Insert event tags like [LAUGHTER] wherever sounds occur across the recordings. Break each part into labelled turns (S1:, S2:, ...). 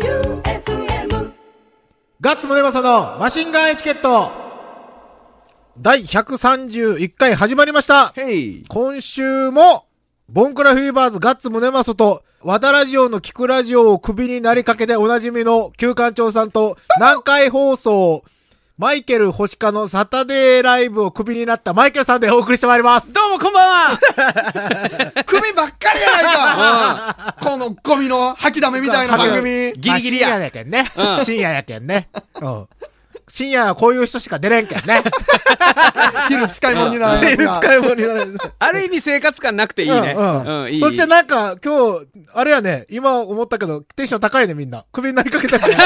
S1: J-O-E-U-F-M
S2: ガッツムネマソのマシンガンエチケット第131回始まりました
S3: へい。
S2: 今週も、ボンクラフィーバーズガッツムネマソと、和田ラジオのキクラジオをクビになりかけでおなじみの旧館長さんと、南海放送、マイケル星香のサタデーライブをクビになったマイケルさんでお送りしてまいります。
S3: どうもこんばんは
S2: [LAUGHS]
S4: 組ばっかりやないかこのゴミの吐きだめみたいな番組。
S3: ギリギリ
S2: ま
S3: や
S2: あ深夜やけんね。深夜やけんね。うん深夜はこういう人しか出れんけん
S4: [LAUGHS]
S2: ね。
S4: 昼使い物になる。
S2: 使 [LAUGHS] い物になれる。
S3: ある意味生活感なくていいね。
S2: うんうん
S3: いい。
S2: そしてなんか、今日、あれやね、今思ったけど、テンション高いね、みんな。首になりかけたから。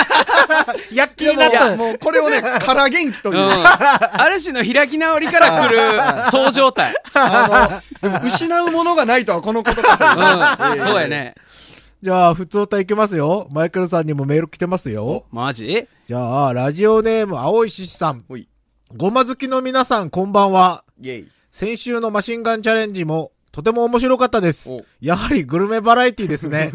S2: 躍起になっ
S4: いや、
S2: た。
S4: もうこれをね、空元気と
S3: う
S4: い
S3: ん。
S4: う。
S3: ある種の開き直りから
S2: [LAUGHS]
S3: 来る、そう状態。
S4: あの、失うものがないとはこのこと
S3: うん。
S4: か。
S3: そうやね。
S2: じゃあ、普通歌いきますよ。マイケルさんにもメール来てますよ。
S3: マジ
S2: じゃあ、ラジオネーム、青い獅子さん
S4: ほい。
S2: ごま好きの皆さん、こんばんは。
S4: イェイ。
S2: 先週のマシンガンチャレンジも、とても面白かったです
S4: お。
S2: やはりグルメバラエティですね。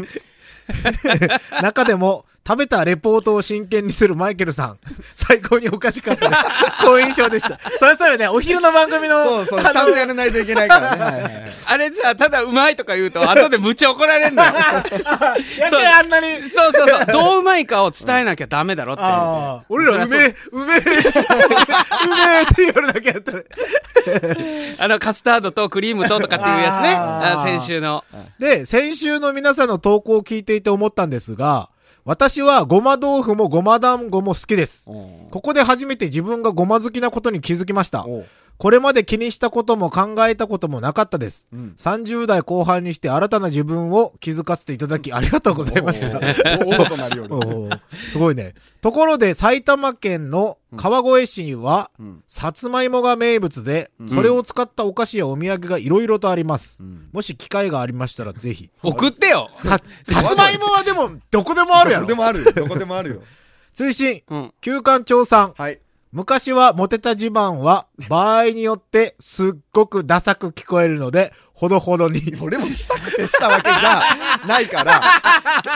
S2: 中でも、食べたレポートを真剣にするマイケルさん。最高におかしかったです。好印象でした。それそうよね、お昼の番組の、
S4: そうそう、ち
S2: あ
S4: ゃんと
S2: の
S4: やらないといけないからね [LAUGHS] はいはいはい。
S3: あれさ、ただうまいとか言うと、後でむっちゃ怒られんの
S2: [LAUGHS]
S3: よ。
S2: やけ
S3: そう
S2: あんなに、
S3: そうそうそう。どううまいかを伝えなきゃダメだろって。
S2: ああ、俺らうめ
S3: そり
S2: え、うめえ、うめえって言われだけやったら。
S3: あの、カスタードとクリームととかっていうやつね。
S2: あー
S3: あ先週の。
S2: で、先週の皆さんの投稿を聞いていて思ったんですが、私はごま豆腐もごま団子も好きです。ここで初めて自分がごま好きなことに気づきました。
S4: おう
S2: これまで気にしたことも考えたこともなかったです。
S4: ん
S2: 30代後半にして新たな自分を気づかせていただきありがとうございました。
S4: おうおうとなるように。
S2: おーすごいね。ところで埼玉県の川越市は、
S4: うん
S2: さつまいもが名物で、それを使ったお菓子やお土産がいろいろとあります。もし機会がありましたらぜひ。
S3: 送ってよ。
S2: [LAUGHS] さ、さつまいもはでも、どこでもあるや
S4: どこで
S2: ろ。
S4: もあるよ。どこでもあるよ。
S2: 追伸、
S3: うん。
S2: 旧館長さん。
S4: はい。
S2: 昔はモテた自慢は、場合によってすっごくダサく聞こえるので、ほどほどに。
S4: 俺もしたくてしたわけじゃないから、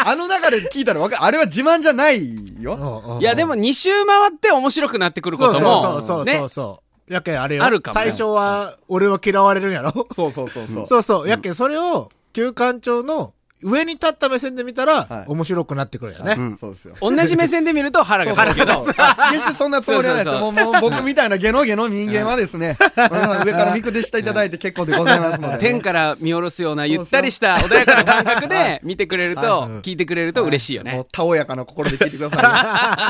S4: あの中で聞いたらわかる。あれは自慢じゃないよ。
S2: い
S3: いや、でも、2周回って面白くなってくることも。
S2: そうそうそうそう
S3: ね
S2: そう。そうやけんあれよ。
S3: あるかもね
S2: 最初は、俺は嫌われるんやろ。
S4: そうそうそうそう。
S2: そうそう。やけんそれを、旧館長の上に立った目線で見たら
S4: は、い
S2: 面白くなってくるよ
S4: はい
S2: ね。
S3: うん
S4: そうですよ。
S3: 同じ目線で見ると腹が立つけど。
S4: 決してそんなつもりはないです。
S3: そ
S4: もうもう僕みたいなゲノゲノ人間はですね、まあ上から見下していただいて結構でございますので。
S3: 天から見下ろすようなゆったりした穏やかな感覚で見てくれると、聞いてくれると嬉しいよ
S4: も
S3: ね
S4: う。たおやかな心で聞いてくださ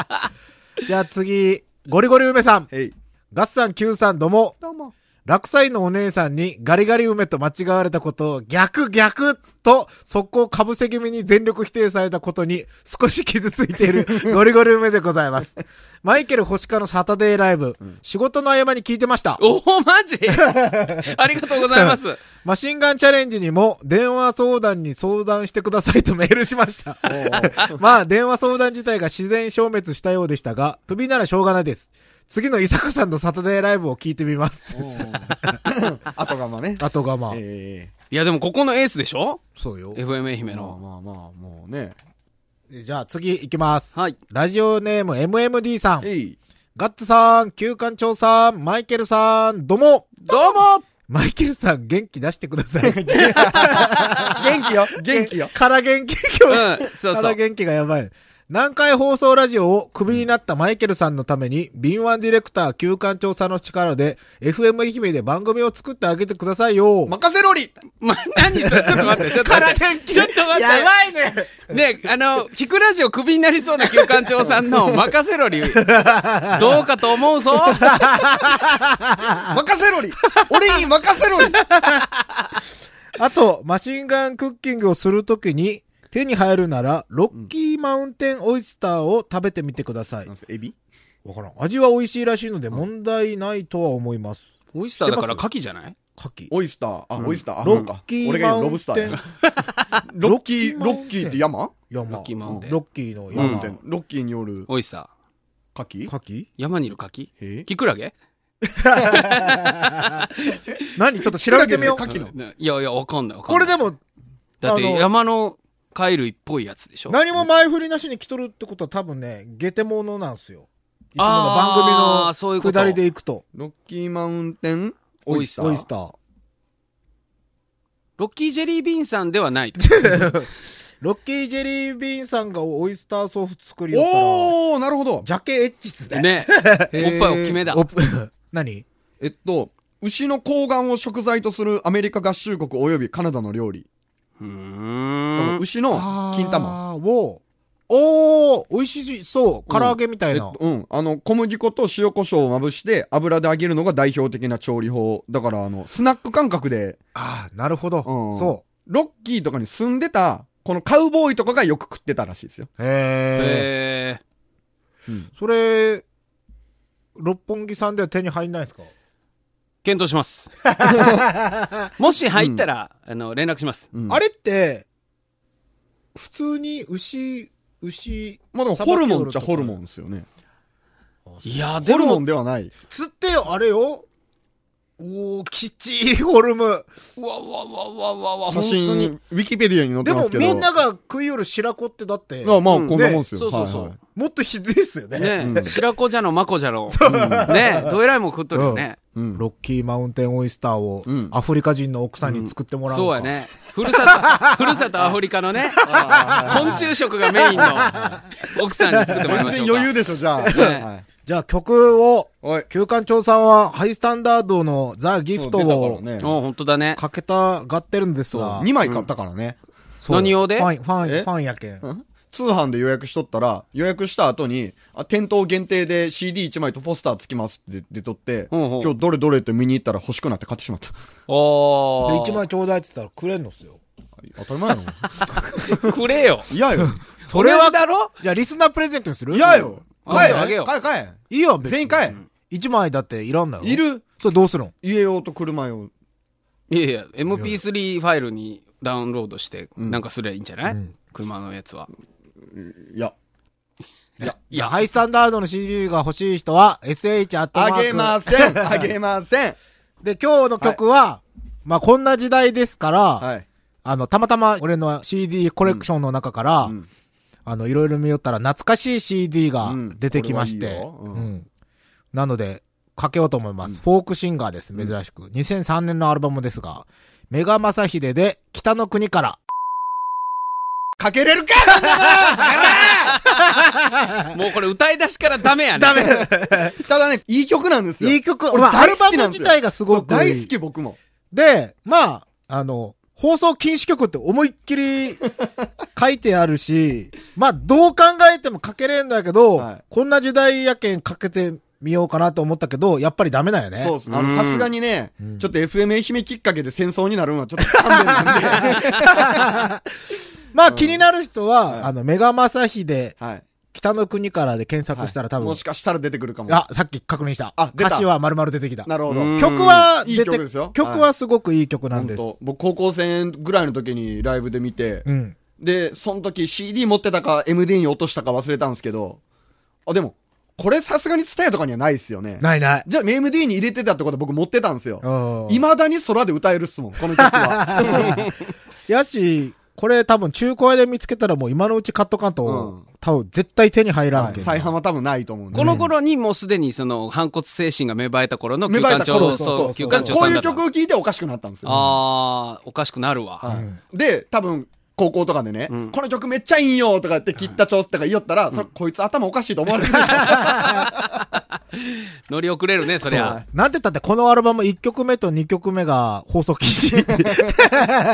S2: じゃあ次、ゴリゴリ梅さん
S4: い。ね。へい。
S2: ガッサン Q さんどうも。
S4: どうも。
S2: 落栽のお姉さんにガリガリ梅と間違われたことを逆逆と速攻かぶせ気味に全力否定されたことに少し傷ついてい
S4: [LAUGHS]
S2: るゴリゴリ梅でございます。マイケル星香のサタデーライブ、仕事の合間に聞いてました。
S3: おお、マジ [LAUGHS] ありがとうございます。
S2: マシンガンチャレンジにも電話相談に相談してくださいとメールしま
S4: [LAUGHS]
S2: した。まあ、電話相談自体が自然消滅したようでしたが、クビならしょうがないです。次の伊坂さんのサタデーライブを聞いてみ
S4: [LAUGHS]
S2: ます。
S4: あとがまね。
S2: あとがまあ、
S4: ええ。
S3: いや、でもここのエースでしょ
S2: そうよ。
S3: ?FM 愛媛
S4: まあ
S3: の。
S4: まあまあ、もうね。
S2: じゃあ次行きます。
S3: はい。
S2: ラジオネーム MMD さん。
S4: へい。
S2: ガッツさん、旧館長さん、マイケルさん、どうも
S3: どうも
S2: マイケルさん、元気出してくださ
S3: [LAUGHS]
S2: い。
S4: 元気よ。元
S2: [LAUGHS]
S4: 気よ。
S2: から元気今日。
S3: うん、そうそ
S2: から
S3: う。
S2: 元気がやばい。南海放送ラジオをクビになったマイケルさんのために、敏腕ディレクター、旧館長さんの力で、FM 愛媛で番組を作ってあげてくださいよ。
S4: 任せろり
S3: ま、何それちょっと待って、ちょっと待って。ちょっと待
S2: や
S3: っ
S2: ばいね
S3: て。ね、あの、聞くラジオクビになりそうな旧館長さんの任せろ理由。どうかと思うぞ。
S4: 任せろり俺に任せろり
S2: あと、マシンガンクッキングをするときに、手に入るなら、ロッキーマウンテンオイスターを食べてみてください。
S4: エビ
S2: わからん。味は美味しいらしいので問題ないとは思います。
S3: オイスターだから牡蠣じゃない
S2: 牡蠣。
S4: オイスター。あ、オイスター。あ、
S2: ロ
S4: そ
S2: ッ
S4: うか。
S2: キー
S4: 俺が言うロブ
S2: [LAUGHS]
S4: スター
S2: マウン
S4: や。ロッキー、
S2: ロ
S4: ロ
S2: ッ
S4: ッ
S2: キ
S4: キ
S2: ーマウンテン
S4: ーって山
S2: 山。
S3: ロッキーマウンテン
S2: ロッキーの
S4: マウ
S2: 山。
S4: ンテンロッキーによる
S3: オイスター。
S4: 牡蠣
S2: 牡蠣
S3: 山にいる牡
S4: へ
S3: 蠣
S4: え
S3: キクラゲ
S2: 何ちょっと調べてみよう。
S4: 牡蠣の。
S3: いやいや、わかんないわか
S2: こ
S3: んない
S2: れでも、
S3: だって
S2: あの
S3: 山の貝類っぽいやつでしょ
S2: 何も前振りなしに来とるってことは多分ね、ゲテモノなんすよ。いつもの番組
S3: あー
S2: の
S3: そういうこと
S2: 下りで行くと。
S4: ロッキーマウンテン
S3: オイスタ
S2: オイスター。
S3: ロッキージェリービーンさんではないと。
S2: ロッキージェリービーンさんがオイスターソース作りよったら、
S4: おー、なるほど。
S2: ジャケエッチっすね。
S3: ね。おっぱい大きめだ
S2: お。っ [LAUGHS] 何
S4: えっと、牛の睾丸を食材とするアメリカ合衆国及びカナダの料理。
S3: うーん。
S4: 牛の金玉。
S2: あーを、おー、美味しそう。唐揚げみた
S4: え
S2: い
S4: っ
S2: な。
S4: と、うん。あの、小麦粉と塩胡椒をまぶして油で揚げるのが代表的な調理法。だから、あの、スナック感覚で、
S2: ああ、なるほど。
S4: うん
S2: そ
S4: ロッキーとかに住んでた、このカウボーイとかがよく食ってたらしいですよ。
S2: う。へえ。
S3: えー
S2: それ、六本木さんでは手に入んないですか
S3: 検討します。 [LAUGHS] もし入ったら、あの、連絡します。
S4: うん
S2: あれって、普通に牛、牛、
S4: まあでも、
S2: さばき
S4: ホルモン
S2: お
S4: っ
S2: る
S4: ちゃ
S2: とか
S4: ホルモンですよね。
S3: いや、で
S4: ホルモン
S3: も、
S4: ではない。
S2: 釣ってよ、あれよ。おー、きっちいフォルム。
S3: うわうわうわうわうわうわ、
S4: 写
S3: 本当に。
S4: 真、ウィキペディアに載って
S2: で
S4: ま
S2: も
S4: すけど。
S2: みんなが食いよる白子ってだって、
S4: まあまあ、
S3: うん
S4: こんなもんですよ。
S3: ねそうそうそう
S4: はいはい
S2: もっとひどいっすよね。
S3: ね
S4: う
S3: え、
S4: ん
S3: 白子じゃの、まこじゃの。ねえ、どえらいもん食っとるよね。
S4: うん
S2: ロッキーマウンテンオイスターを
S4: うん
S2: アフリカ人の奥さんに作ってもらうのか、
S3: そうやね。ふるさと、ふるさとアフリカのね、昆虫食がメインの奥さんに作ってもらい
S4: 全
S3: ましょう
S4: 然
S3: か。
S4: 余裕でしょ、じゃあ。
S3: ね
S4: はい
S2: じゃあ曲を
S4: おい。
S2: 旧館長さんはハイスタンダードのザ・ギフト
S4: そう
S2: を
S4: 出たからね。
S3: お本当だね。
S2: かけたがってるんです
S4: そう
S2: が
S4: 2枚買ったからね。
S2: そう
S3: 何用で
S2: ファンファ
S4: え
S2: ンファンやけん
S4: 通販で予約しとったら、予約した後に、あ、店頭限定で CD1 枚とポスターつきますって出とって、
S3: ほうほう
S4: 今日どれどれって見に行ったら欲しくなって買ってしまった。
S3: お
S2: で
S3: ー。
S2: 一枚ちょうだいって言ったらくれんのっすよ
S4: 当たり前やろ。
S3: くれよ。
S4: [LAUGHS] 嫌よ。
S2: それ
S3: 同
S2: は
S3: じだろ
S2: じゃあリスナープレゼントにする
S4: 嫌よ。
S3: あ
S4: 買え
S3: あげよう
S4: 買え買え。
S2: いいよ別に
S4: 全員買え。
S2: 一枚だっていらんのよ
S4: いる
S2: それどうするん
S4: 家用と車用。
S3: いやいや、MP3 ファイルにダウンロードして、
S4: ん
S3: なんかすりゃいいんじゃない、
S2: うん
S3: 車のやつは。
S4: いや。
S3: いや、
S2: ハイスタンダードの CD が欲しい人は SH アットマー
S4: あ
S2: ク
S4: げません。
S2: [LAUGHS]
S4: あげません。
S2: で今日の曲は、まあこんな時代ですから、
S4: はい。
S2: あの、たまたま俺の CD コレクションの中から、
S4: ん
S2: あの、いろいろ見よったら懐かしい CD が出てきまして、
S4: うんこれ
S2: う
S4: はいいよ
S2: ん
S4: うん
S2: なので、かけようと思います。フォークシンガーです、珍しく。2003年のアルバムですが、メガマサヒデで、北の国から。
S4: かけれるか
S3: もうこれ歌い出しからダメやね。ダメ
S4: ただね、いい曲なんですよ。
S2: いい曲、
S4: 俺
S2: まあ、ア
S4: 大
S2: ル
S4: 好
S2: バ
S4: き
S2: ム
S4: なんです
S2: 自
S4: よ
S2: 体がすごく
S4: そう
S2: いい
S4: 大好き僕も。
S2: で、まあ、あの、放送禁止曲って思いっき
S4: [LAUGHS]
S2: り書いてあるし、まあどう考えても書けれんだけど、
S4: はい
S2: こんな時代やけん書けてみようかなと思ったけど、やっぱりダメなんよね。
S4: そうですね。あ
S3: う
S4: の、
S3: ん
S4: さすがにね、ちょっと FM 愛媛きっかけで戦争になるのはちょっと勘弁
S2: [LAUGHS]
S4: なんで。
S2: まあ気になる人は、
S4: はい
S2: あの、メガマサヒで、
S4: はい。
S2: 北の国からで検索したら多分、
S4: もしかしたら出てくるかも。
S2: あ、さっき確認した。
S4: あ出た
S2: 歌詞は丸々出てきた。
S4: なるほど。
S3: うん
S2: 曲は出て
S4: いい曲ですよ
S2: 曲はすごくいい曲なん
S4: 本
S2: です。
S4: 当僕高校生ぐらいの時にライブで見て、
S2: うん。
S4: で、その時 CD 持ってたか MD に落としたか忘れたんですけど、あ、でも、これさすがにツタヤとかにはないですよね。
S2: ないない。
S4: じゃあ MD に入れてたってことは僕持ってたんですよ。
S2: うん
S4: いまだに空で歌えるっすもん、この曲
S2: [LAUGHS]
S4: は。
S2: やし、これ多分中古屋で見つけたらもう今のうち買っとかんと、
S4: うん
S2: 多分絶対手に入らん
S4: は
S2: け
S4: い
S2: ん。
S4: 再販は多分ないと思うんで。
S3: この頃にもうすでにその反骨精神が芽生えた頃の
S4: 芽
S3: 休
S4: 生え
S3: 館
S4: た
S3: 長
S4: 頃
S3: そ
S4: そうう
S3: 旧
S4: そう
S3: 館長
S4: こ
S3: さ
S4: うんい
S3: だ
S4: う
S3: と
S4: 曲を聴いておかしくなったんですよ。
S3: あーおかしくなるわ、
S4: はいで、多分、高校とかでね、この曲めっちゃいいよとかって、切った調子とか言いよったら、それこいつ頭おかしいと思われるでしょ。
S3: 乗り遅れるねそりゃ
S2: なんて言ったってこのアルバム1曲目と2曲目が放送禁止。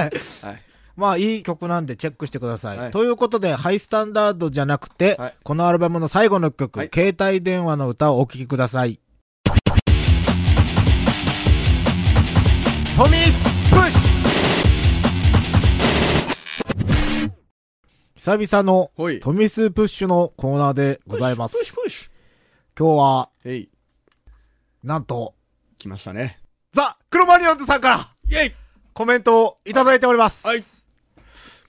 S4: はい
S2: [LAUGHS] まあいい曲なんでチェックしてください。
S4: はい
S2: ということで、ハイスタンダードじゃなくて、
S4: はい
S2: このアルバムの最後の曲、
S4: はい
S2: 携帯電話の歌をお聴きください。トミースプッシュ久々の
S4: [LAUGHS] ほい
S2: トミスプッシュのコーナーでございます。
S4: シュプシュ。
S2: 今日は、
S4: えい、
S2: なんと、
S4: 来ましたね。
S2: ザ・クロマニオンズさんから
S4: イェイ
S2: コメントをいただいております。
S4: はい。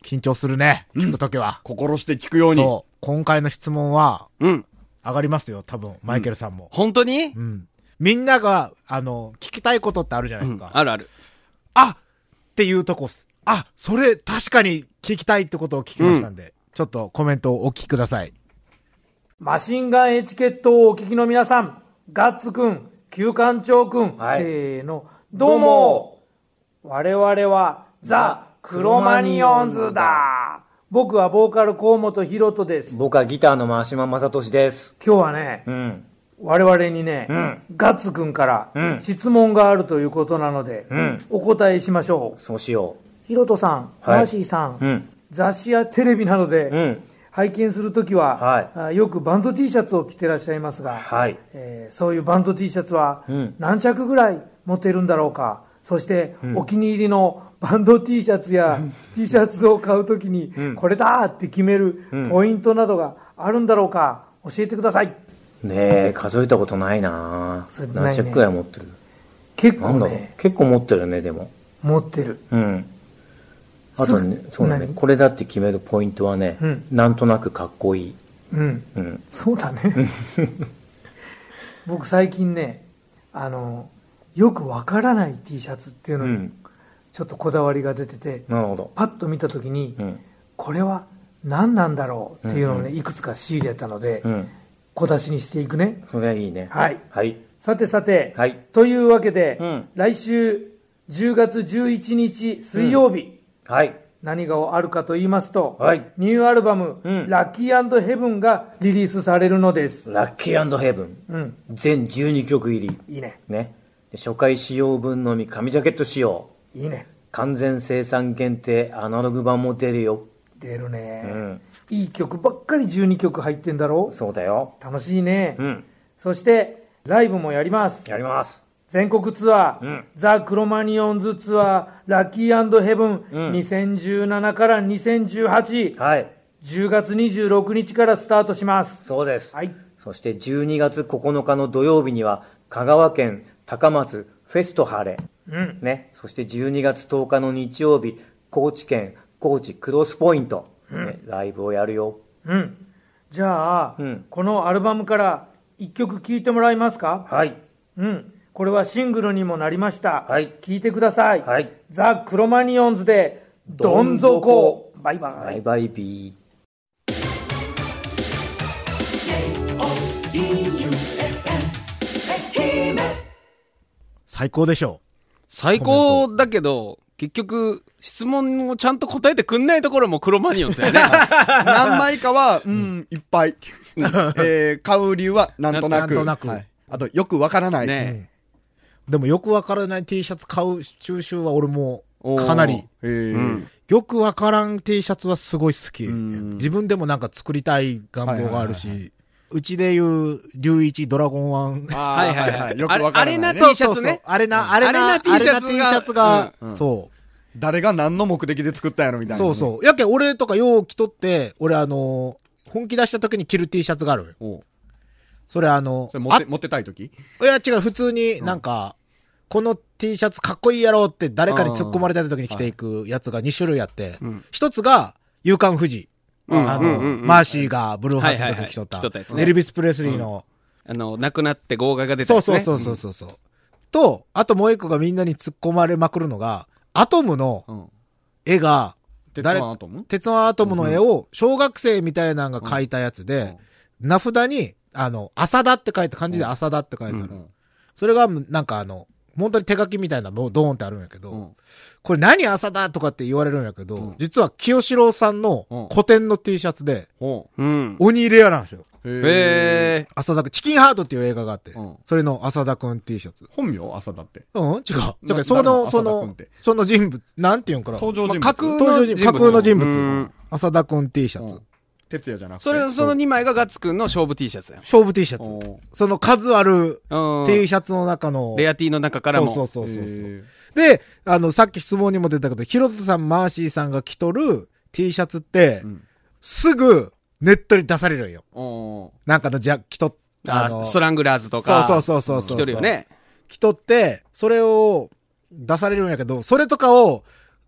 S2: 緊張するね、聞くときは。
S4: 心して聞くように。
S2: そう。今回の質問は
S3: うん
S2: 上がりますよ、多分、マイケルさんも。
S3: 本当に、
S2: うん。みんなが、あの、聞きたいことってあるじゃないうで
S3: ん
S2: すか。あ
S3: あるある
S2: っていうとこっす。あ、それ確かに聞きたいってことを聞きましたんで、ちょっとコメントをお聞きください。
S5: マシンガンエチケットをお聞きの皆さん、ガッツくん、旧館長くん、
S6: はい
S5: せーの、どうも、我々はザ・クロマニオンズだ。僕はボーカル河本ひろとです。今
S6: 僕はギターの真島正俊です。
S5: 日はね、
S6: うん。
S5: 我々にね、
S6: ん
S5: ガッツくんか
S6: う
S5: ら
S6: ん
S5: 質問があるということなので、
S6: ん
S5: お答えしましょう。
S6: そうしよ
S5: ひろとさん、
S6: はい
S5: マーシーさん、
S6: うん
S5: 雑誌やテレビなどで、
S6: う。うん。
S5: 拝見するときは、
S6: は
S5: あよくバンド T シャツを着てらっしゃいますが、
S6: はい
S5: えーそういうバンド T シャツは
S6: うん
S5: 何着ぐらい持てるんだろうか、そして、お気に入りのバンド T シャツや T シャツを買うときに、これだって決めるポイントなどがあるんだろうか、教えてください。
S6: ねえ、数えたことないな
S5: それないね
S6: 何チェックぐらい持ってる
S5: 結
S6: なん
S5: 構
S6: だろう
S5: ね、
S6: 結構持ってるね、でも。
S5: 持ってる。
S6: うん。あとね
S5: す、ぐ
S6: そうだね。
S5: 何
S6: これだって決めるポイントはね、
S5: うん
S6: なんとなくかっこいい。
S5: うん、
S6: うん。
S5: そうだ
S6: [LAUGHS]
S5: ね。僕最近ね、あの、よくわからない T シャツっていうの
S6: う
S5: に、
S6: ん。
S5: ちょっとこだわりが出てて、
S6: なるほど。
S5: パッと見た時に、
S6: うん。
S5: これは何なんだろうっていうのをね、いくつか仕入れたので、
S6: うん。
S5: 小出しにしていくね
S6: それはいいね。
S5: はい
S6: はい。
S5: さてさて、
S6: はい
S5: というわけで、
S6: うん
S5: 来週10月11日水曜日、
S6: はい。
S5: 何があるかと言いますと、
S6: はい
S5: ニューアルバム「
S6: うん
S5: ラッキーヘブン」がリリースされるのです、
S6: ラッキーヘブン。
S5: うん、
S6: 全12曲入り。
S5: いいね
S6: ね。で初回使用分のみ紙ジャケット使用。
S5: いいね
S6: 完全生産限定アナログ版も出るよ。
S5: 出るね
S6: う、ん。
S5: いい曲ばっかり12曲入ってんだろ
S6: そうだよ。
S5: 楽しいね、
S6: うん。
S5: そしてライブもやります
S6: やります。
S5: 全国ツアー、
S6: うん
S5: ザ・クロマニオンズツアー、ラッキーヘブン、
S6: うん
S5: 2017から2018、
S6: はい。
S5: 10月26日からスタートします。
S6: そうです。
S5: はい。
S6: そして12月9日の土曜日には、香川県高松フェスト晴れ。
S5: うん。
S6: ね。そして12月10日の日曜日、高知県高知クロスポイント。ね、ライブをやるよ。
S5: うん。じゃあ、
S6: うん
S5: このアルバムから1曲聴いてもらえますか
S6: はい。
S5: うん。これはシングルにもなりました。
S6: はい
S5: 聴いてください。
S6: はい
S5: ザ・クロマニオンズで、どん底。バイバイ。
S6: バイバイビー。
S2: 最高でしょ
S3: 最高だけど、結局、質問をちゃんと答えてくんないところもクロマニオンズやね。
S4: 何枚
S3: [LAUGHS]
S4: かは、うん、いっぱい。えー、買う理由は、なんとなく。
S2: なんとなく
S4: はいあと、よくわからない。
S3: ね
S2: う。でもよくわからない T シャツ買う収集は俺も
S4: おー
S2: かなり。。
S4: えー
S3: うん
S2: よくわからん T シャツはすごい好き。
S4: ん
S2: 自分でもなんか作りたい願望があるし、うちでいう、龍一ドラゴンワン。
S4: あ
S3: は
S4: ー
S3: いはいはい。
S4: よくわか
S3: あ
S4: ら
S3: れ
S4: な、
S3: ない
S4: ね。
S3: T シャツね。
S2: あれな、あれな、
S3: あれな T シャツが
S2: あれな T シャツが、そう。
S4: 誰が何の目的で作ったんやろみたいな、
S2: そうそう。やけん俺とかよう着とって、俺あのー本気出した時に着る T シャツがあるよ。
S4: う。おう
S2: それあの
S4: そ
S2: ー
S4: れ持って、持ってたい時
S2: あいや違う、普通になんか、この T シャツかっこいいやろって誰かに突っ込まれた時に着ていくやつが2種類あって
S4: ん、
S2: 一、つが、勇敢富士。
S3: うん
S2: あ
S3: うん
S2: の、
S3: うんうん
S2: マーシーがブルーハーツの時に着とった。
S3: はいはいはい着とったやつね
S2: エルビス・プレスリーの、
S3: あの、亡くなって号外が出た
S2: そ
S3: や
S2: う
S3: つ
S2: そう
S3: ね。
S2: そうそうそうそう。と、あともう一個がみんなに突っ込まれまくるのが、アトムの
S4: うん。
S2: 絵が、
S4: 鉄腕
S2: 誰
S4: アトム
S2: 鉄腕アトムの絵を小学生みたいなのが描いたやつで、名札に、あの、浅田って書いて、漢字で浅田って書いてある。それが、なんかあの、本当に手書きみたいなもうドーンってあるんやけど、
S4: うん
S2: これ何浅田とかって言われるんやけど、
S4: うん
S2: 実は清志郎さんの
S4: うん
S2: 古典の T シャツで、
S4: おう
S3: うん。
S2: 鬼レアなんですよ。
S4: へえ。
S3: へえ。
S2: 浅田くん、チキンハートっていう映画があって、
S4: うん
S2: それの浅田くん T シャツ。
S4: 本名朝だって。
S2: うん違う。違
S4: な
S2: う。そ
S4: 誰
S2: の、
S4: の
S2: そ
S4: 浅田くん
S2: の
S4: って、
S2: その人物、なんていうんかな。
S4: 登場人物。
S3: まあ架空
S2: 登場人物、架空の人
S3: う
S2: 物
S3: ん。
S2: 浅田くん T シャツ。
S4: うん哲也じゃなくて。
S3: それ、その2枚がガッツくんの勝負 T シャツや。
S2: 勝負 T シャ
S4: お
S2: ツ。
S4: う
S2: その数ある
S3: うん。
S2: T シャツの中の。
S3: レア T の中からも。
S2: そうそうそうそうそう。
S4: へ
S2: で、あの、さっき質問にも出たけど、ヒロトさん、マーシーさんが着とる T シャツって、
S4: ん
S2: すぐネットに出されるんよ。
S4: ーおう
S2: なんかの、じゃ、着とっ
S3: あ
S2: の
S3: ストラングラーズとか。
S2: そうそうそうそうそう。
S3: 着とるよ。ね。
S2: 着とって、それを出されるんやけど、それとかを、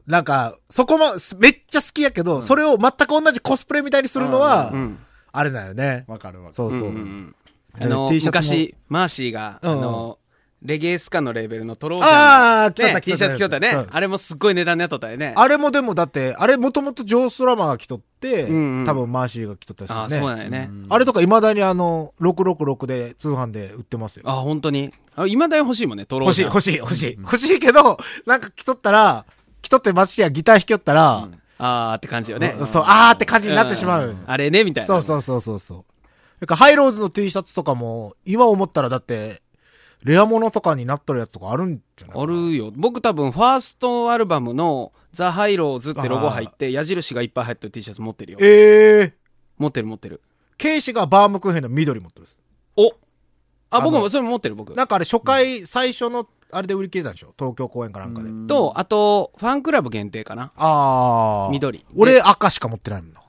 S2: なんか、そこま、すめっちゃ好きやけど、それを全く同じコスプレみたいにするのは、
S3: ん
S2: あれだよね。
S4: わかるわかる。
S2: そうそう。
S3: うんうんうんあ
S2: で
S3: の、
S2: T シャツも
S3: 昔、マーシーが、あ
S2: うんうん
S3: の、レゲエスカのレーベルのトロージャン
S2: あー来た
S3: の、
S2: 来た
S3: ね、
S2: 来た
S3: T シャツ着とったね、
S2: うん
S3: あれもすっごい値段でやっとったよね。
S2: あれもでもだって、あれもともとジョー・ストラマが来とって、
S3: うんうん
S2: 多分マーシーが来とったしね。
S3: あーそうなんやね。
S2: あれとか未だにあの、666で通販で売ってますよ。
S3: あ、本当に。あ、未だに欲しいもんね、トロー
S2: 欲しい、
S3: ジャン。
S2: 欲しい、欲しい。欲しいけど、なんか着とったら、着とってましてやギター弾きよったら、
S3: あーって感じよね。
S2: そう、あーって感じになってしまう。
S3: んあれね、みたいな。
S2: そうそうそうそうそう。なんかハイローズの T シャツとかも、今思ったらだって、レアものとかになっとるやつとかあるんじゃない
S3: あるよ。僕多分、ファーストアルバムの、ザ・ハイローズってロゴ入って、矢印がいっぱい入ってる T シャツ持ってるよ。
S2: ええー。
S3: 持ってる持ってる。
S2: ケイシがバームクーヘンの緑持ってるんです。
S3: おあ、
S2: あの
S3: 僕もそれ持ってる、僕。
S2: なんかあれ初回、最初の、あれで売り切れたんでしょ東京公演かなんかで。
S3: と、あと、ファンクラブ限定かな。
S2: ああ。
S3: 緑
S2: 俺赤しか持ってないもんな。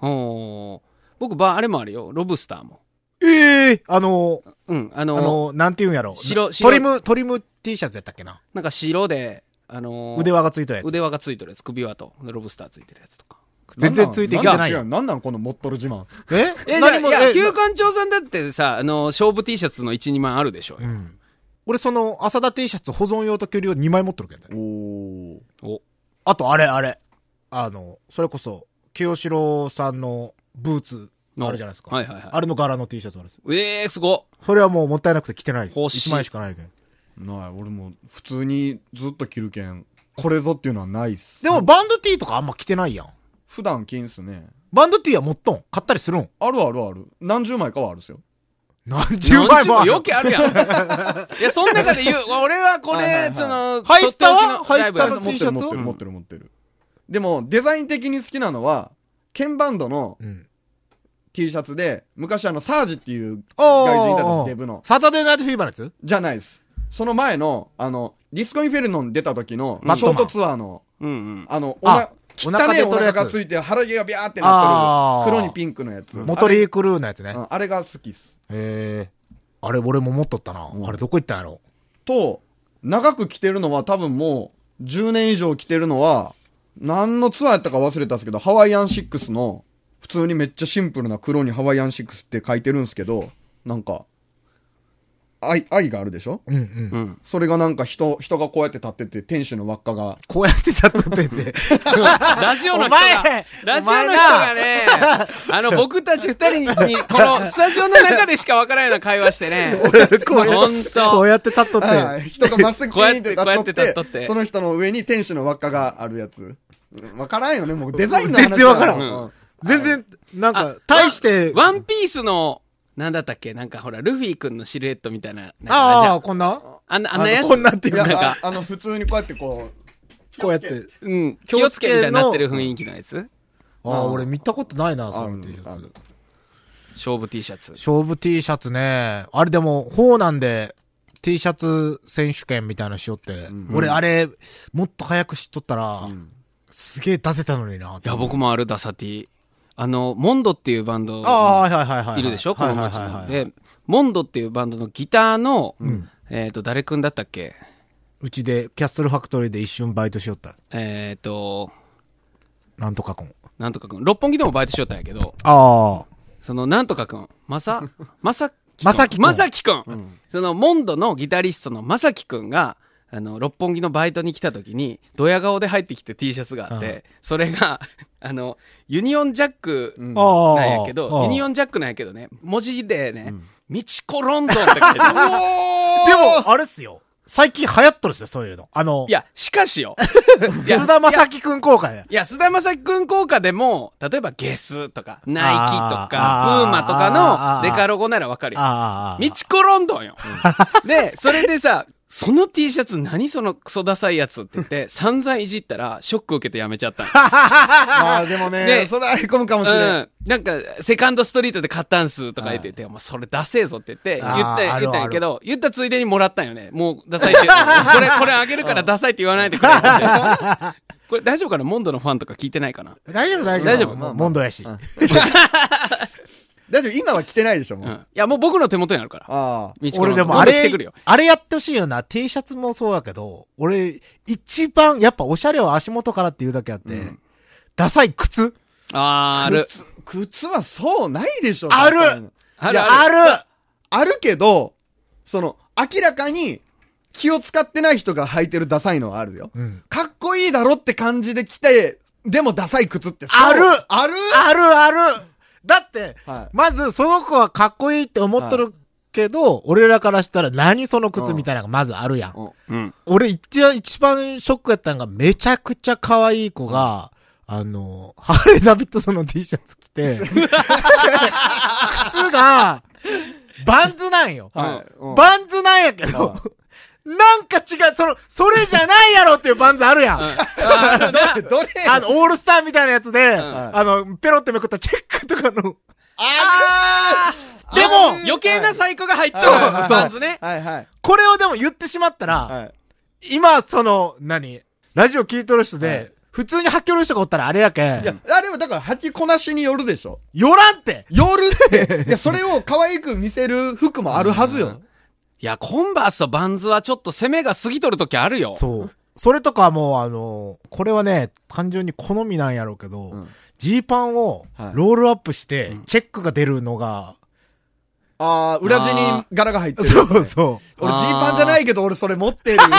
S3: おー僕、ば、あれもあるよ。ロブスターも。
S2: ええあの、
S3: うん、あ
S2: あ
S3: の、
S2: の、なんて言うんやろ。
S3: 白
S2: な
S3: 白
S2: トリム、トリム T シャツやったっけな。
S3: なんか白で、あのー
S2: 腕輪がついたやつ。
S3: 腕輪がついてるやつ。首輪と、ロブスターついてるやつとか。
S2: 全然ついていけてないや
S4: やん
S2: ん。
S4: なんなんこの持っとる自慢。
S2: え
S3: え、
S2: 何も、
S3: いや、
S2: え、
S3: いや旧館長さんだってさ、あの、勝負 T シャツの1、2万あるでしょ。
S2: うん。俺その、浅田 T シャツ保存用と給料2枚持ってるけどね。
S4: お
S3: お。
S2: あと、あれ、あれ。あの、それこそ、清志郎さんのブーツ、あるじゃないですか。
S3: はいはいはい
S2: あれの柄の T シャツもあるんです。
S3: ええー、すごっ
S2: それはもうもったいなくて着てないです。
S3: 欲しい
S2: 1枚しかないけど。
S4: ない、俺も普通にずっと着るけん。これぞっていうのはないっす。
S2: でも、、バンド T とかあんま着てないやん。
S4: 普段着んすね。
S2: バンド T は持っとん。買ったりするん。
S4: あるあるある。何十枚かはあるっすよ。
S2: 何十枚もある
S3: 余。計あ
S2: [LAUGHS]
S3: るやん。いや、その中で言う、俺はこれ、
S4: はいはいはい
S3: その、
S2: ハイスタは
S3: とっておきのライブや
S2: ハイスタの
S4: 持
S2: T
S4: って
S2: シャ
S4: る
S2: ツ
S4: 持ってる持ってる持ってる。でも、デザイン的に好きなのは、鍵バンドの
S2: うん。
S4: T シャツで、昔あの、サージっていう
S2: おー
S4: 外人いたんです、
S2: おー
S4: デブの。
S2: サタデーナイトフィーバーのやつ
S4: じゃないです。その前の、あの、ディスコインフェルノに出た時の、シ
S2: バットマ
S4: ョ
S2: ン
S4: ートツアーの、
S3: うんうん。
S4: あの、おな
S2: あ、
S4: 汚
S2: お腹
S4: ねえ
S2: 出
S4: お
S2: とるや
S4: 腹
S2: つ
S4: がついて、腹毛がビャーって
S2: あー
S4: なっとる、黒にピンクのやつ。
S2: モトリークルーのやつね
S4: う。んあれが好きっす。
S2: へえ。あれ、俺も持っとったな。あれ、どこ行ったんやろ。
S4: と、長く着てるのは多分もう、10年以上着てるのは、何のツアーやったか忘れたんですけど、ハワイアンシックスの、普通にめっちゃシンプルな黒にハワイアンシックスって書いてるんですけど、なんか、愛、愛があるでしょ
S2: うんうん。 [LAUGHS]
S3: うん。
S4: それがなんか人、人がこうやって立ってて、天使の輪っかが、
S2: こうやってたとって
S3: [LAUGHS]
S2: て。
S3: ラジオの人が
S2: お前、
S3: ラジオの人がね、
S2: [LAUGHS]
S3: あの、僕たち二人に、この、スタジオの中でしか分からないような会話し
S2: [LAUGHS]
S3: てね、
S2: こうや
S3: ほ
S2: っ
S3: ん
S2: て、こう
S3: と、
S2: やって立っとって。
S4: ああ人がまっすぐピーンって立っとっ
S3: こうやってこうやって立っとってて
S4: その人の上に天使の輪っかがあるやつ。わからんよね、もうデザインの話
S2: 全然わからん
S4: だよ
S2: 全然、なんか、大して、
S3: ワンピースの、なんだったっけなんかほら、ルフィ君のシルエットみたいな。なんか
S2: ああ、
S3: じゃ
S2: こんな
S3: あ、あんな、あんなや
S2: あ
S3: つ。
S2: のこんなってい
S4: いうや
S2: か
S3: なんか、
S4: ああの、普通にこうやってこ
S2: こうやって。
S3: うん、気をつけみたいになってる雰囲気のやつ
S2: ああ、俺見たことないな、
S4: う、あ
S2: そ
S4: る
S2: の T シャ
S4: ある
S2: ツ。
S3: 勝負 T シャツ。
S2: 勝負 T シャツね。あれでも、方なんで、T シャツ選手権みたいなのしよって。俺、あれ、もっと早く知っとったら、すげえ出せたのにな。
S3: いや、僕もある、ダサティ。あの、モンドっていうバンド。
S2: ああ、はいはいはいはい。
S3: いるでしょ、この街
S2: はいはいは
S3: に。
S2: いはい
S3: で、モンドっていうバンドのギターの、えっ、と、誰くんだったっけ
S2: うちで、キャッスルファクトリーで一瞬バイトしよった。
S3: えっ、と、
S2: なんとかくん。
S3: なんとかくん。六本木でもバイトしよったんやけど、
S2: ああ。
S3: その、なんとかくん、
S2: [LAUGHS]
S3: まさ、まさきくん、
S2: まさきくん
S3: まさきくん。その、モンドのギタリストのまさきくんが、あの、六本木のバイトに来た時に、ドヤ顔で入ってきて T シャツがあって、それが、 [LAUGHS] あの、ユニオンジャック、
S4: うん
S2: ああ。
S3: なんやけど、ユニオ
S2: ン。
S3: ンジャックなんやけどね、文字でね、ミチコロンドンって書いてある。
S2: [LAUGHS] でも、あれっすよ。最近流行っとるっすよ、そういうの。あの、
S3: いや、しか
S2: [LAUGHS]
S3: しよ。いや
S2: 須田正樹くん公開や。
S3: いや、須田正樹くん効果でも、例えばゲスとか、ナイキとか、プ
S2: あー
S3: ーマと
S2: あー
S3: かのデカロゴならわかるよ。
S2: ああ。
S3: ミチコロンドンよ。 [LAUGHS] で、それでさ、その T シャツ何そのクソダサいやつって
S2: [LAUGHS]
S3: 言って、散々いじったら、ショック受けてやめちゃったの。
S4: ま [LAUGHS] あでもね、
S3: で
S4: それはへこむかもしれ
S3: う
S4: ない。
S3: ん。なんか、セカンドストリートで買ったんすとか言ってて、お前それ出せえぞって言って、言
S2: あー
S3: った
S2: あ
S3: ん、
S2: る
S3: 言ったん
S2: あ
S3: や
S2: る
S3: けど、言ったついでにもらったんよね。もう、ダサいって。これ、これあげる
S2: [LAUGHS]
S3: からダサいって言わないでくれって。これ大丈夫かなモンドのファンとか聞いてないかな
S2: 大丈夫、大丈夫。
S3: 大丈夫
S2: まあまあモンドやし。
S4: 大丈夫、今は着てないでしょ、も
S3: う
S4: う。
S3: ん。いや、もう僕の手元にあるから。
S4: ああ。
S3: 道子の
S2: 俺でもあ
S3: どんどん来て
S2: れ
S3: くるよ、
S2: あれやってほしいよな。T シャツもそうやけど、俺、一番、やっぱおしゃれは足元からっていうだけあって、ダサい靴
S3: あーある。
S4: 靴。靴はそうないでしょ。
S2: ある
S4: そんなの
S3: あ
S2: い
S3: る
S2: や
S3: ある。
S2: ある
S4: あるけど、その、明らかに、気を使ってない人が履いてるダサいのはあるよ。
S2: ん
S4: かっこいいだろって感じで着て、でもダサい靴ってそう
S2: ある
S4: ある
S2: あるあるだって、
S4: はい
S2: まずその子はかっこいいって思っとるけど、俺らからしたら何その靴みたいなのがまずあるやん。
S4: うん
S3: うん。
S2: 俺一番一番ショックやったのがめちゃくちゃ可愛い子が、あの、ハーレー・ダビッドソンの T シャツ着
S4: [LAUGHS]
S2: て、靴が、バンズなんよ。
S4: はいうん
S2: バンズなんやけど、なんか違う、その、それじゃないやろっていうバンズあるやん。 [LAUGHS]
S4: どれどれ
S2: あの、オールスターみたいなやつで、
S3: ん
S2: あの、ペロってめくったチェックとかの。
S4: あー
S2: でも
S3: 余計なサイコが入ってる。
S4: はい
S3: バンズね。
S4: はいはい。
S2: これをでも言ってしまったら、
S4: はい。
S2: 今、その、何ラジオ聞いとる人で、普通に発狂る人がおったらあれやけ
S4: いや、あれはだから履きこなしによるでしょ。
S2: ん、よらんって
S4: よるって。いや、それを可愛く見せる服もあるはずよ。
S3: いや、コンバースとバンズはちょっと攻めが過ぎとる時あるよ。
S2: [LAUGHS] そう。それとかはもうあの、これはね、単純に好みなんやろうけど
S4: ん、
S2: ジ、ー、パンを
S4: はい
S2: ロールアップして、チェックが出るのが、
S4: ああ、裏地に柄が入ってる。
S2: そうそう。
S4: 俺
S3: あー
S4: ジーパンじゃないけど俺それ持
S2: [LAUGHS]
S4: ってる。
S3: 出せ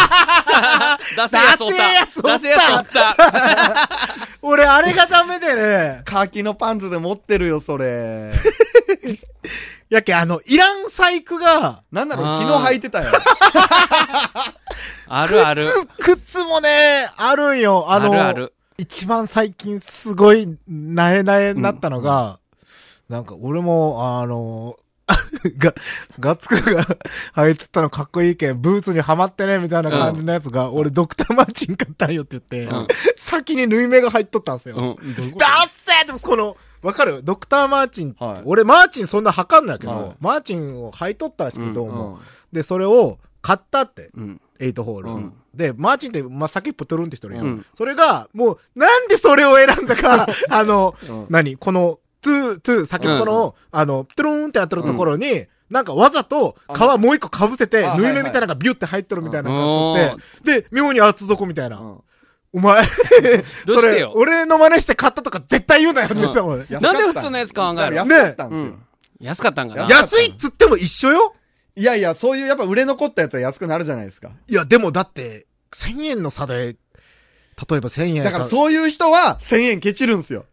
S3: やつおった。
S2: ダセ
S3: 出せ
S2: えや
S3: や
S2: つ
S3: つ
S2: お
S3: お
S2: っ
S3: った。
S2: [LAUGHS] 俺、あれがダメでね、
S4: カーキのパンツで持ってるよ、それ。
S2: やけ、あの、いらん細工が、
S4: なんだろ
S3: あ
S4: う、
S3: ー
S4: 昨日履いてたよ。
S3: あるある。
S2: 靴もね、あるんよ。あ
S3: あ
S2: の、
S3: るある。
S2: 一番最近すごい、なえなえになったのが、なんか俺も、あの、 [LAUGHS] が、ガッツくんが履いてたのかっこいいけん、ブーツにはまってね、みたいな感じのやつが、俺ドクターマーチン買ったんよって言って、
S3: うん
S2: 先に縫い目が入っとったんですよ。
S3: うん。
S2: ダッセーでもこの、わかるドクターマーチンって、
S4: はい
S2: 俺マーチンそんな履かんないけど、
S4: はい
S2: マーチンを履いとったらしくて、どうも、
S4: うん
S2: で、それを買ったって、
S3: うん。
S2: エイトホール。
S4: うん
S2: で、マーチンって、まあ、先っぽトルンって人いるやん。
S3: うん
S2: それが、もう、なんでそれを選んだ
S4: [LAUGHS]
S2: か、あの、
S4: うん
S2: 何この、トゥー、トゥー、先っぽの、あの、トゥルーンってなってるところに、なんかわざと、皮もう一個かぶせて、
S4: あ
S2: 縫い
S4: はいは
S2: 目み
S4: い
S2: たいなのがビュって入ってるみたいな
S3: うん
S2: のがあって、で、妙に厚底みたいな。
S4: うん
S2: お
S4: [LAUGHS]
S2: 前、
S3: ど
S2: そ
S3: うして
S2: れ、
S3: よ
S2: 俺の真似して買ったとか絶対言うなよって言ったもん、ね
S4: 安かった
S3: なんで普通のやつ買わんがやろ
S4: だから安かったん
S3: う
S4: ですよ。
S3: ん。安かったんかな。
S4: や
S2: 安いっつっても一緒よ
S4: いやいや、そういうやっぱ売れ残ったやつは安くなるじゃないですか。
S2: いや、でもだって、1000円の差で、例えば1000円
S4: だからそういう人は1000円ケチるんですよ。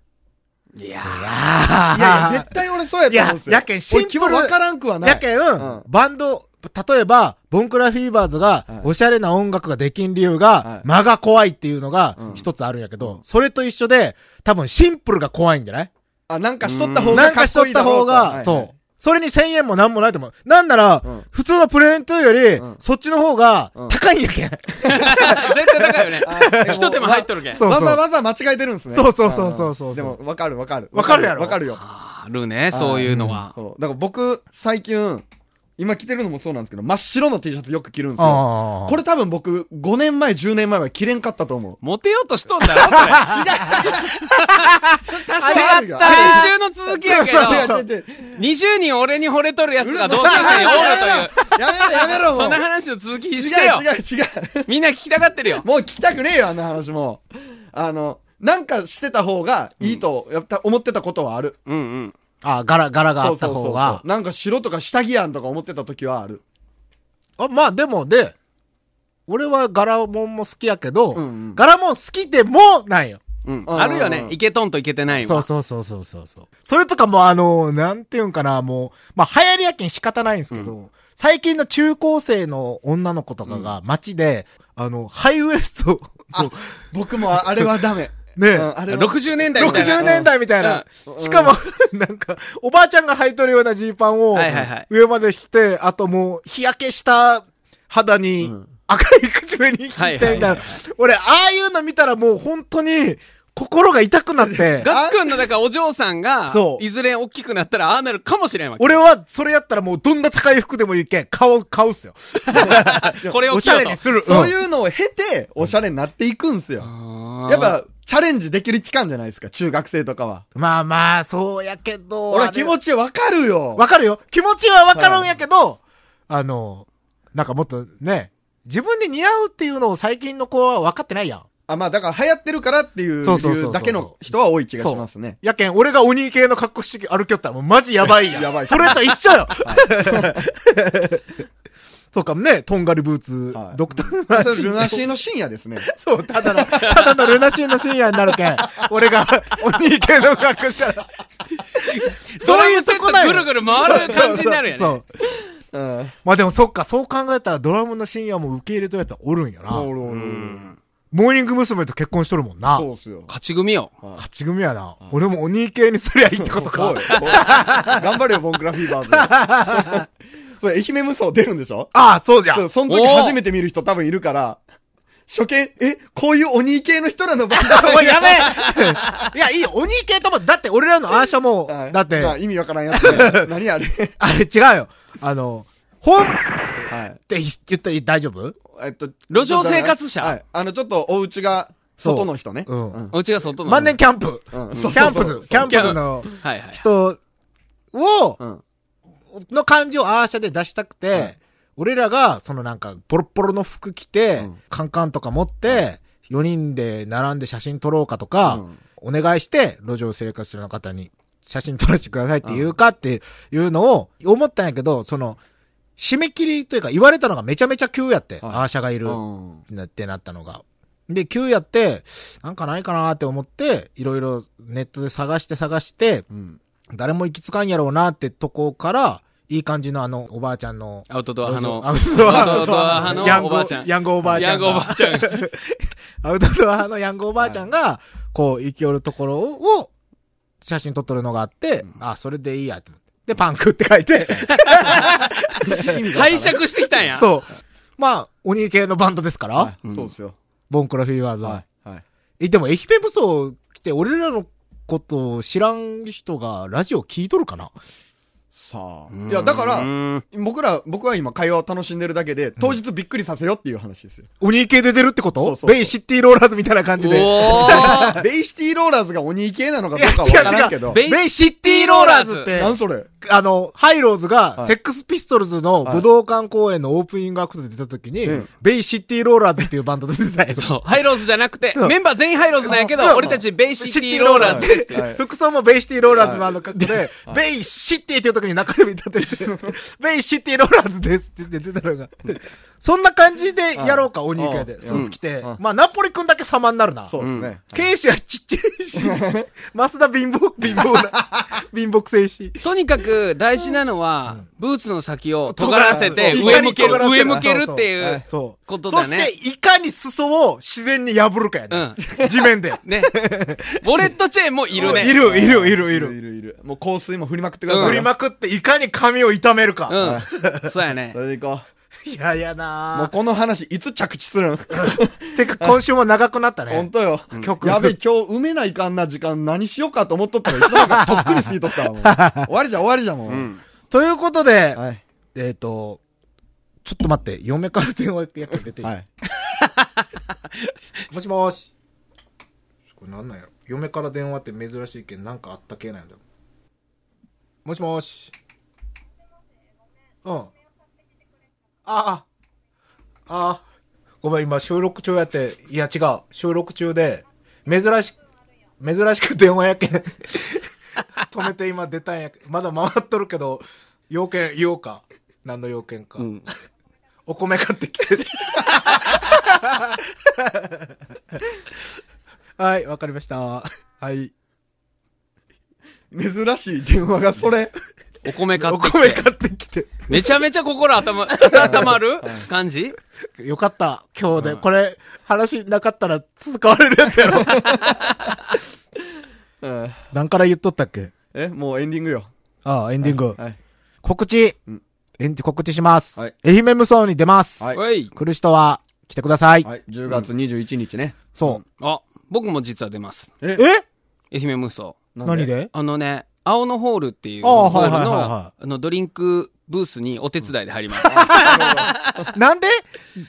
S3: いや
S2: あー
S4: いやいや、絶対俺そうやと思うんですよ。
S2: いややけんシンプル
S4: 俺気もわからんくはない。
S2: やけん、
S4: うん
S2: バンド、例えば、ボンクラフィーバーズが
S4: はい、
S2: おしゃれな音楽ができん理由が、
S4: はい
S2: 間が怖いっていうのが
S4: うん
S2: 一つあるんやけど、それと一緒で、多分シンプルが怖いんじゃない
S4: あ、なんかしとった方
S2: な
S4: が
S2: ん
S4: か
S2: かし
S4: っ
S2: と
S4: こ
S2: っ
S4: いい
S2: た
S4: だ
S2: 方
S4: ろうと。はい
S2: が、
S4: はい
S2: そう。それに1000円もなんもないと思う。なんなら、
S4: うん
S2: 普通のプレーン2より、
S4: うん
S2: そっちの方が
S4: うん
S2: 高いんや
S4: [LAUGHS]
S2: けん。
S3: [LAUGHS] 絶対高いよね。
S4: あ
S3: 一手間入っとるけ
S2: [LAUGHS]
S3: ん。
S2: そう
S4: わ
S2: そ
S4: ざ
S2: う。
S4: わざ間違えてるんですね。
S2: そうそうそうそうそう
S4: あーでも、わかるわかる。
S2: わかるやろ
S4: わかるよ。
S3: あるね、そういうのは。
S4: そうだから僕、最近、今着てるのもそうなんですけど、真っ白の T シャツよく着るんですよ。
S2: あ
S4: これ多分僕、5年前、10年前は着れんかったと思う。
S3: モテようとしとんだろ、それ。
S4: 確
S2: かにあった
S3: 先週の続きやけ
S2: そ
S3: ど、
S2: うそうそう
S4: 違う違う違う。
S3: 20人俺に惚れとるやつが同級
S4: や
S3: 生におるという。
S4: めろや [LAUGHS] めろやめろもう。
S3: そんな話の続きしてよ。
S4: 違う違う違う。
S3: みんな聞きたがってるよ。
S4: もう聞きたくねえよ、あんな話もう。あの、なんかしてた方がいいと、やった、思ってたことはある。
S3: うんうん。
S2: あ、柄、柄があ
S4: そう
S2: った
S4: そうそう
S2: 方
S4: そ
S2: が
S4: う。。なんか白とか下着やんとか思ってた時はある。
S2: あまあでもで、俺は柄もんも好きやけど、
S4: うんうん
S2: 柄もん好きでもなんよ。
S3: うん。
S4: うん
S3: あるよね。いけとんといけてない
S2: そう
S3: わ。
S2: そうそうそうそうそう。それとかもあの、なんていうんかな、もう、まあ流行りやけん仕方ないんですけど、最近の中高生の女の子とかが街で、あの、ハイウエストを、 [LAUGHS]
S4: 僕もああれはダメ。
S2: ねえ
S4: うんあれは
S3: 60年代みたいな。
S2: 60年代みたいな。しかも、 [LAUGHS] なんか、おばあちゃんが履いとるようなジーパンを
S3: はいはいはい、
S2: 上まで着て、あともう、日焼けした肌に、赤い口紅引いて、みたい
S3: はいはいはいは。
S2: ない俺、ああいうの見たらもう本当に、心が痛くな
S3: [LAUGHS]
S2: って、
S3: ガッツくんのだからお嬢さんが
S2: そ、う
S3: いずれ大きくなったらああなるかもしれんわけ。
S2: 俺は、それやったらもう、どんな高い服でもいいけん、買う、買うっすよ。
S3: これを
S2: お
S3: 着
S2: しゃ
S3: よう
S2: れ
S3: と
S2: に。する。
S4: そう
S2: うん
S4: いうのを経て、おしゃれになっていくんすよ。
S3: や
S4: やっ、ぱ、チャレンジできる期間じゃないですか、中学生とかは。
S2: まあまあ、そうやけど。
S4: 俺
S2: あ
S4: は
S2: れ
S4: 気持ちわかるよ。
S2: わかるよ。気持ちはわかるんやけど、あの、なんかもっとね、自分で似合うっていうのを最近の子は分かってないやん。
S4: あ、まあだから流行ってるからっていう
S2: そうそうそうそう
S4: 理由だけの人は多い気がしますね。
S2: やけん、俺が鬼系の格好
S4: [LAUGHS]
S2: して歩きよったらもうマジやばいやん。
S4: やばい
S2: それと一緒よ。そうかね、とんがりブーツ、
S4: はい
S2: ドクター
S4: それルナシーの深夜ですね。
S2: そう、ただの、ただのルナシーの深夜になるけん。俺が、お兄系の格したら。
S3: そういうセット
S2: なんよ
S3: ぐるぐる回る感じになるよね。
S2: そう。
S4: うん。
S2: まあでもそっか、そう考えたらドラムの深夜も受け入れとるやつはおるんやな。
S4: おるおるおる
S2: モーニング娘。と結婚しとるもんな。
S4: そうっすよ。
S3: 勝ち組よ。
S2: 勝ち組やな。俺もお兄系にすりゃいいってこと
S4: お
S2: か
S4: いおい。頑張れよ、ボンクラフィーバー [LAUGHS] ズ。それ、愛媛無双出るんでしょ
S2: ああ、そうじゃ。
S4: そうんその時初めて見る人多分いるから、初見、え、こういう鬼系の人らのバ
S2: [LAUGHS]
S4: ンド
S2: おい、やべえいや、いいよ、お兄系とも、だって俺らのアーシャも
S4: はい、
S2: だっ
S4: まあ
S2: て、
S4: 意味わからんやつ
S2: [LAUGHS]
S4: ね。何あれ。
S2: あれ違うよ。あの、本っ
S4: はい。
S2: て言ったら大丈夫
S4: えっと、
S3: 路上生活者
S4: はい。あの、ちょっとお家が、
S2: そう
S4: 外の人ね。
S2: うん
S3: うちが外の。
S2: 万年キャンプ。キ
S4: うんそうそうそう
S2: ャンプズ、キャンプズの
S3: はいはい。
S2: 人を、
S4: うん。
S2: の感じをアーシャで出したくて、
S4: はい
S2: 俺らが、そのなんか、ボロッボロの服着て、
S4: うん
S2: カンカンとか持って、4人で並んで写真撮ろうかとか、
S4: うん
S2: お願いして、路上生活者の方に写真撮らせてくださいって言うかっていうのを思ったんやけど、その、締め切りというか言われたのがめちゃめちゃ急やって、
S4: はい
S2: アーシャがいる。
S4: うん
S2: なってなったのが。で、9やって、なんかないかなって思って、いろいろネットで探して探して、
S4: うん。
S2: 誰も行き着かんやろうなってとこから、いい感じのあの、おばあちゃんの、
S3: アウトドア派の。
S2: アウトドア
S3: アウトドア派の
S2: ヤンゴ
S3: おばあちゃん
S2: ヤンゴおばあちゃ
S3: ヤ
S2: ん
S3: ン
S2: が。
S3: グおばあちゃんが。
S2: アウトドア派のヤングおばあちゃんが、こう、行き寄るところを、写真撮っとるのがあって、あ、それでいいやと思って。で、パンクって書いて、
S3: 拝借してきたんや。
S2: そう。まあ、鬼系のバンドですから、
S4: はい
S3: うん
S4: そうですよ。
S2: ボンクラフィーバーズは。
S4: はい。はい。
S2: え、でも愛媛武装来て俺らのことを知らん人がラジオ聞いとるかな
S4: さあ。いや、だから
S3: う、ん
S4: 僕ら、僕は今会話を楽しんでるだけで、当日びっくりさせよっていう話ですよ。
S2: 鬼系で出るってこと
S4: そうそうそう
S2: ベイシティローラーズみたいな感じで。
S3: おー
S4: ベイシティローラーズが鬼系なのか
S2: い
S4: ど
S2: や、
S4: うかはわか
S2: 違
S4: らん
S2: う
S4: け
S2: 違う。
S4: ど。
S2: ベイシティローラーズっ
S4: なん
S2: て、
S4: それ
S2: あの、ハイローズ
S4: は
S2: が、
S4: い
S2: セックスピストルズの武道館公演のオープニングアクトで出た時に
S4: うん、
S2: ベイシティローラーズっていうバンドで出たやつ。
S3: そう。ハイローズじゃなくて、
S2: うん
S3: メンバー全員ハイローズなんやけ
S2: うん
S3: ど、俺たちベイシティローラーズ
S2: シ
S3: です。
S2: ティ
S4: はい
S2: 服装もベイシティローラーズのあの格好で、ベイシティっていう時に中指立てて、 [LAUGHS] ベイシティローラーズですって出てたのが。そんな感じでやろうか、鬼系
S4: う
S2: で。
S4: ん
S2: スーツ着て
S4: うん。
S2: まあ、ナポリ君だけ様になるな。
S4: そうですね。
S2: ケイシはちっちゃいし、増田貧乏、貧乏な、貧乏くせえし。
S3: とにかく大事なのは、ブーツの先を尖らせて
S2: そう
S3: 上向ける、
S2: いかに
S3: 上
S2: 尖ら
S3: 向
S2: せ
S3: け
S2: る
S3: るってい
S2: そうそ
S3: う。
S2: うそう
S3: ことだね
S2: そして、いかに裾を自然に破るかやね。地面で。 [LAUGHS]
S3: ね。ボレットチェーンもいるね。
S2: い。る、いる、いる、い
S4: いる
S2: る。
S4: いるいる。もう香水も振りまくってくださいよ。
S2: 振りまくって、いかに髪を痛めるか。
S3: うん。そうやね
S4: そ。れでいこ
S2: いや、いや
S4: う。
S2: な
S4: もうこの話、いつ着地するん
S2: てか、今週も長くなったね。
S4: 本当よ。
S2: 曲
S4: やべえ、今日埋めないかんな時間何しようかと思っとったら、いつの間にかとっくに過ぎとったわ、もう。 [LAUGHS] 終わりじゃ終わりじゃ、もう。
S2: ということで、
S4: はい。
S2: えっ、と、ちょっと待って、嫁から電話やっかけて、
S4: はい。
S2: [LAUGHS] もしもーし。これなんなんやろ嫁から電話って珍しいけん、なんかあったけなんだよ。もしもーし。うん。ああ。ああ。ごめん、今収録中やって、いや違う、収録中で、珍し、珍しく電話やけん。止めて今出たんやけまだ回っとるけど、要件言おうか。何の要件か。
S3: うん。
S2: お米買って
S4: [LAUGHS]
S2: きて。はい、わかりました。はい。
S4: 珍しい電話がそれ。
S3: お米買
S2: お
S3: って
S2: 米
S3: きて。
S2: 買ってきて。
S3: めちゃめちゃ心
S2: [LAUGHS]
S3: 頭、温まる感じ
S2: よかった、今日で。これ、話なかったら使われるやつやろ。
S4: [LAUGHS] うん
S2: 何から言っとったっけ
S4: え、もうエンディングよ。
S2: ああ、エンディング。
S4: はい。
S2: 告知
S4: うん。
S2: エンディ告知します。
S4: はい
S2: 愛媛無双に出ます。
S4: はい
S3: おい。
S2: 来る人は来てください。
S4: はい。10月21日ね。
S2: そう。
S3: あ、僕も実は出ます。
S4: え
S2: え
S3: 愛媛無双。
S4: なん
S2: 何で
S3: あのね、青のホールっていう
S2: あ
S3: ホ
S2: あ
S3: ール
S2: はいはいはい
S3: の、
S2: は
S3: あの、ドリンクブースにお手伝いで入ります。
S2: なんで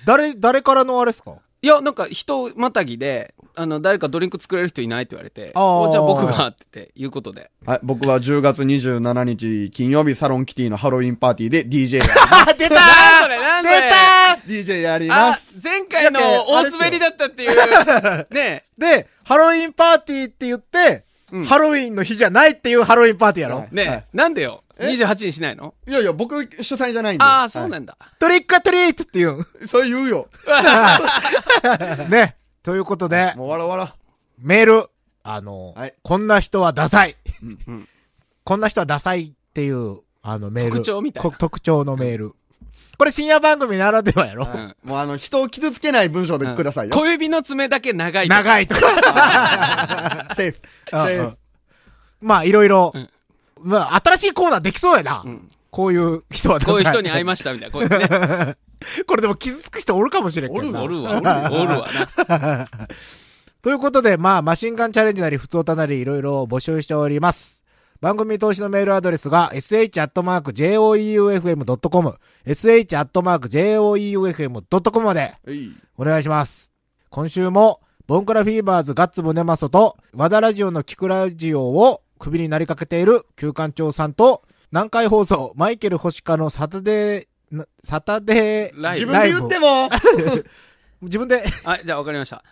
S2: 誰、誰からのあれっすか
S3: いや、なんか人またぎで、あの、誰かドリンク作れる人いないって言われて、
S2: あー
S3: おじゃあ僕がって言って、いうことで。
S4: はい。僕は10月27日金曜日サロンキティのハロウィンパーティーで DJ や [LAUGHS]
S2: あ、出た
S3: なんそれなんそれ
S4: DJ やりま
S3: あ
S4: す。、
S3: 前回の大滑りだったっていう、ね
S2: で、ハロウィンパーティーって言って、
S3: うん
S2: ハロウィンの日じゃないっていうハロウィンパーティーやろ、
S4: はい
S3: え、ねえ、なんでよ。 28にしないの
S4: いやいや、僕主催じゃないんで。
S3: ああ、そうなんだ。
S2: トリックアトリートって
S3: [LAUGHS]
S2: 言う
S4: はいそれ言うよ。
S2: ん。ね。ということで、
S4: もうわらわら。
S2: メール、あの、
S4: はい
S2: こんな人はダサい。
S3: うん
S2: こんな人はダサいっていう、あのメール。
S3: 特徴みたいな
S2: こ特徴のメール。これ深夜番組ならではやろ、
S3: ん
S4: もうあの、人を傷つけない文章で [LAUGHS] くださいよ。
S3: 小指の爪だけ長い。い。
S2: 長いと
S3: [LAUGHS]
S2: か。
S4: セーフ。セ
S2: うんう
S4: ー
S2: んまあ、いろいろ、まあ、新しいコーナーできそうやな。
S3: ん
S2: こういう人はダサ
S3: こういう人に会い
S2: ま
S3: ましたみたいな。こういうね。
S2: これでも傷つく人おるかもしれんけどな
S3: おるわ、おるわ、おるわな。
S2: ということで、まあ、マシンガンチャレンジなり、普通たなり、いろいろ募集しております。番組投資のメールアドレスが、sh.joeufm.com、sh.joeufm.com まで、
S4: フ。い
S2: お願いします。今週も、ボンクラフィーバーズガッツムネマソと、和田ラジオのキクラジオを首になりかけている旧館長さんと、南海放送、マイケル星香のサタデーな、サタデー、
S3: ライ
S4: 自
S3: ブ。
S4: 分で言っても、
S2: 自分で、 [LAUGHS]
S3: はい、じゃあわかりました。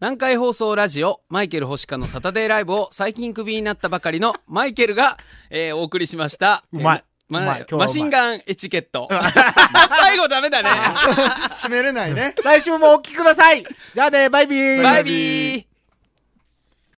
S3: 南海放送ラジオ、マイケル星香のサタデーライブを最近クビになったばかりのマイケルが、えー、お送りしました。
S2: うまい
S3: えー
S2: うまい今日はうまい
S3: マシンガンエチケッ
S2: [LAUGHS]
S3: ト。最後ダメだね。
S4: 締めれないね。
S2: 来週もお聞きくださいじゃあね、バイビー
S3: バイビー。